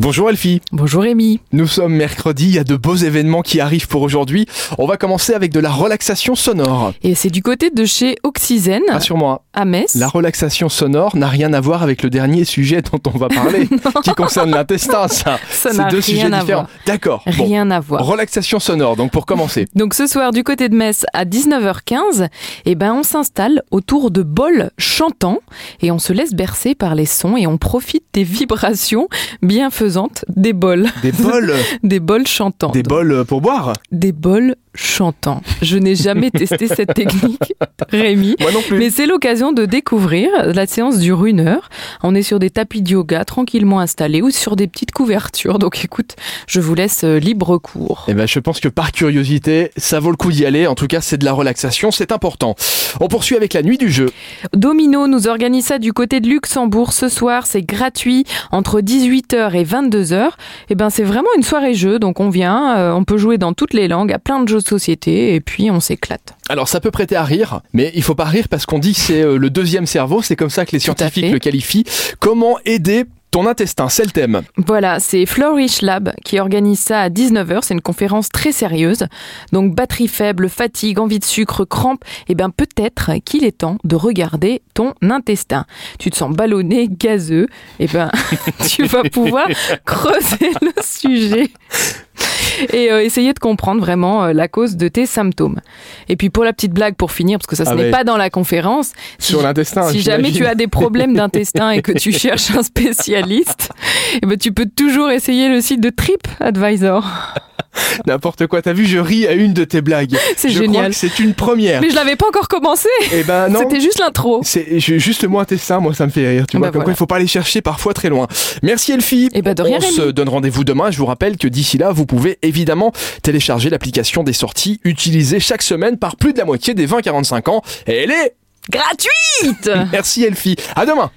Bonjour Elfie. Bonjour Rémi. Nous sommes mercredi, il y a de beaux événements qui arrivent pour aujourd'hui. On va commencer avec de la relaxation sonore. Et c'est du côté de chez Oxyzen Assure-moi, à Metz. la relaxation sonore n'a rien à voir avec le dernier sujet dont on va parler, qui concerne l'intestin, ça. Ça C'est n'a deux rien sujets à différents. voir. D'accord. Bon. Rien à voir. Relaxation sonore, donc pour commencer. Donc ce soir du côté de Metz à 19h15, eh ben on s'installe autour de bols chantants et on se laisse bercer par les sons et on profite des vibrations bienfaisantes des bols, Des bols, des bols chantants. des bols pour boire Des bols chantants. Je n'ai jamais testé cette technique, Rémi. Moi non plus. Mais c'est l'occasion de découvrir. La séance dure une heure. On est sur des tapis de yoga tranquillement installés ou sur des petites couvertures. Donc écoute, je vous laisse euh, libre cours. Eh ben, je pense que par curiosité, ça vaut le coup d'y aller. En tout cas, c'est de la relaxation, c'est important. On poursuit avec la nuit du jeu. Domino nous organise ça du côté de Luxembourg ce soir. C'est gratuit entre 18h et 22h. Et ben c'est vraiment une soirée jeu. Donc on vient, euh, on peut jouer dans toutes les langues, à plein de jeux de société et puis on s'éclate. Alors ça peut prêter à rire, mais il faut pas rire parce qu'on dit c'est euh, le deuxième cerveau, c'est comme ça que les Tout à scientifiques fait. le qualifient. Comment aider ton intestin, c'est le thème. Voilà, c'est Flourish Lab qui organise ça à 19h. C'est une conférence très sérieuse. Donc, batterie faible, fatigue, envie de sucre, crampes. Eh bien, peut-être qu'il est temps de regarder ton intestin. Tu te sens ballonné, gazeux. Eh bien, tu vas pouvoir creuser le sujet et euh, essayer de comprendre vraiment euh, la cause de tes symptômes. Et puis, pour la petite blague, pour finir, parce que ça, ce Ah n'est ouais. pas dans la conférence. si Sur l'intestin. si jamais tu as des problèmes d'intestin et que tu cherches un spécialiste, eh ben tu peux toujours essayer le site de TripAdvisor. n'importe quoi, t'as vu, je ris à une de tes blagues. C'est je crois génial. que c'est une première. Mais je l'avais pas encore commencé. Eh ben non. C'était juste l'intro. C'est ju- juste le mot intestin, moi ça me fait rire. Tu Ah vois, bah comme quoi voilà. il faut pas aller chercher parfois très loin. Merci Elfie. Eh ben, de rien, On se Rémi. donne rendez-vous demain. Je vous rappelle que d'ici là, vous pouvez évidemment télécharger l'application des sorties utilisée chaque semaine par plus de la moitié des 20-45 ans. Et elle est Gratuite. Merci Elfie. À demain.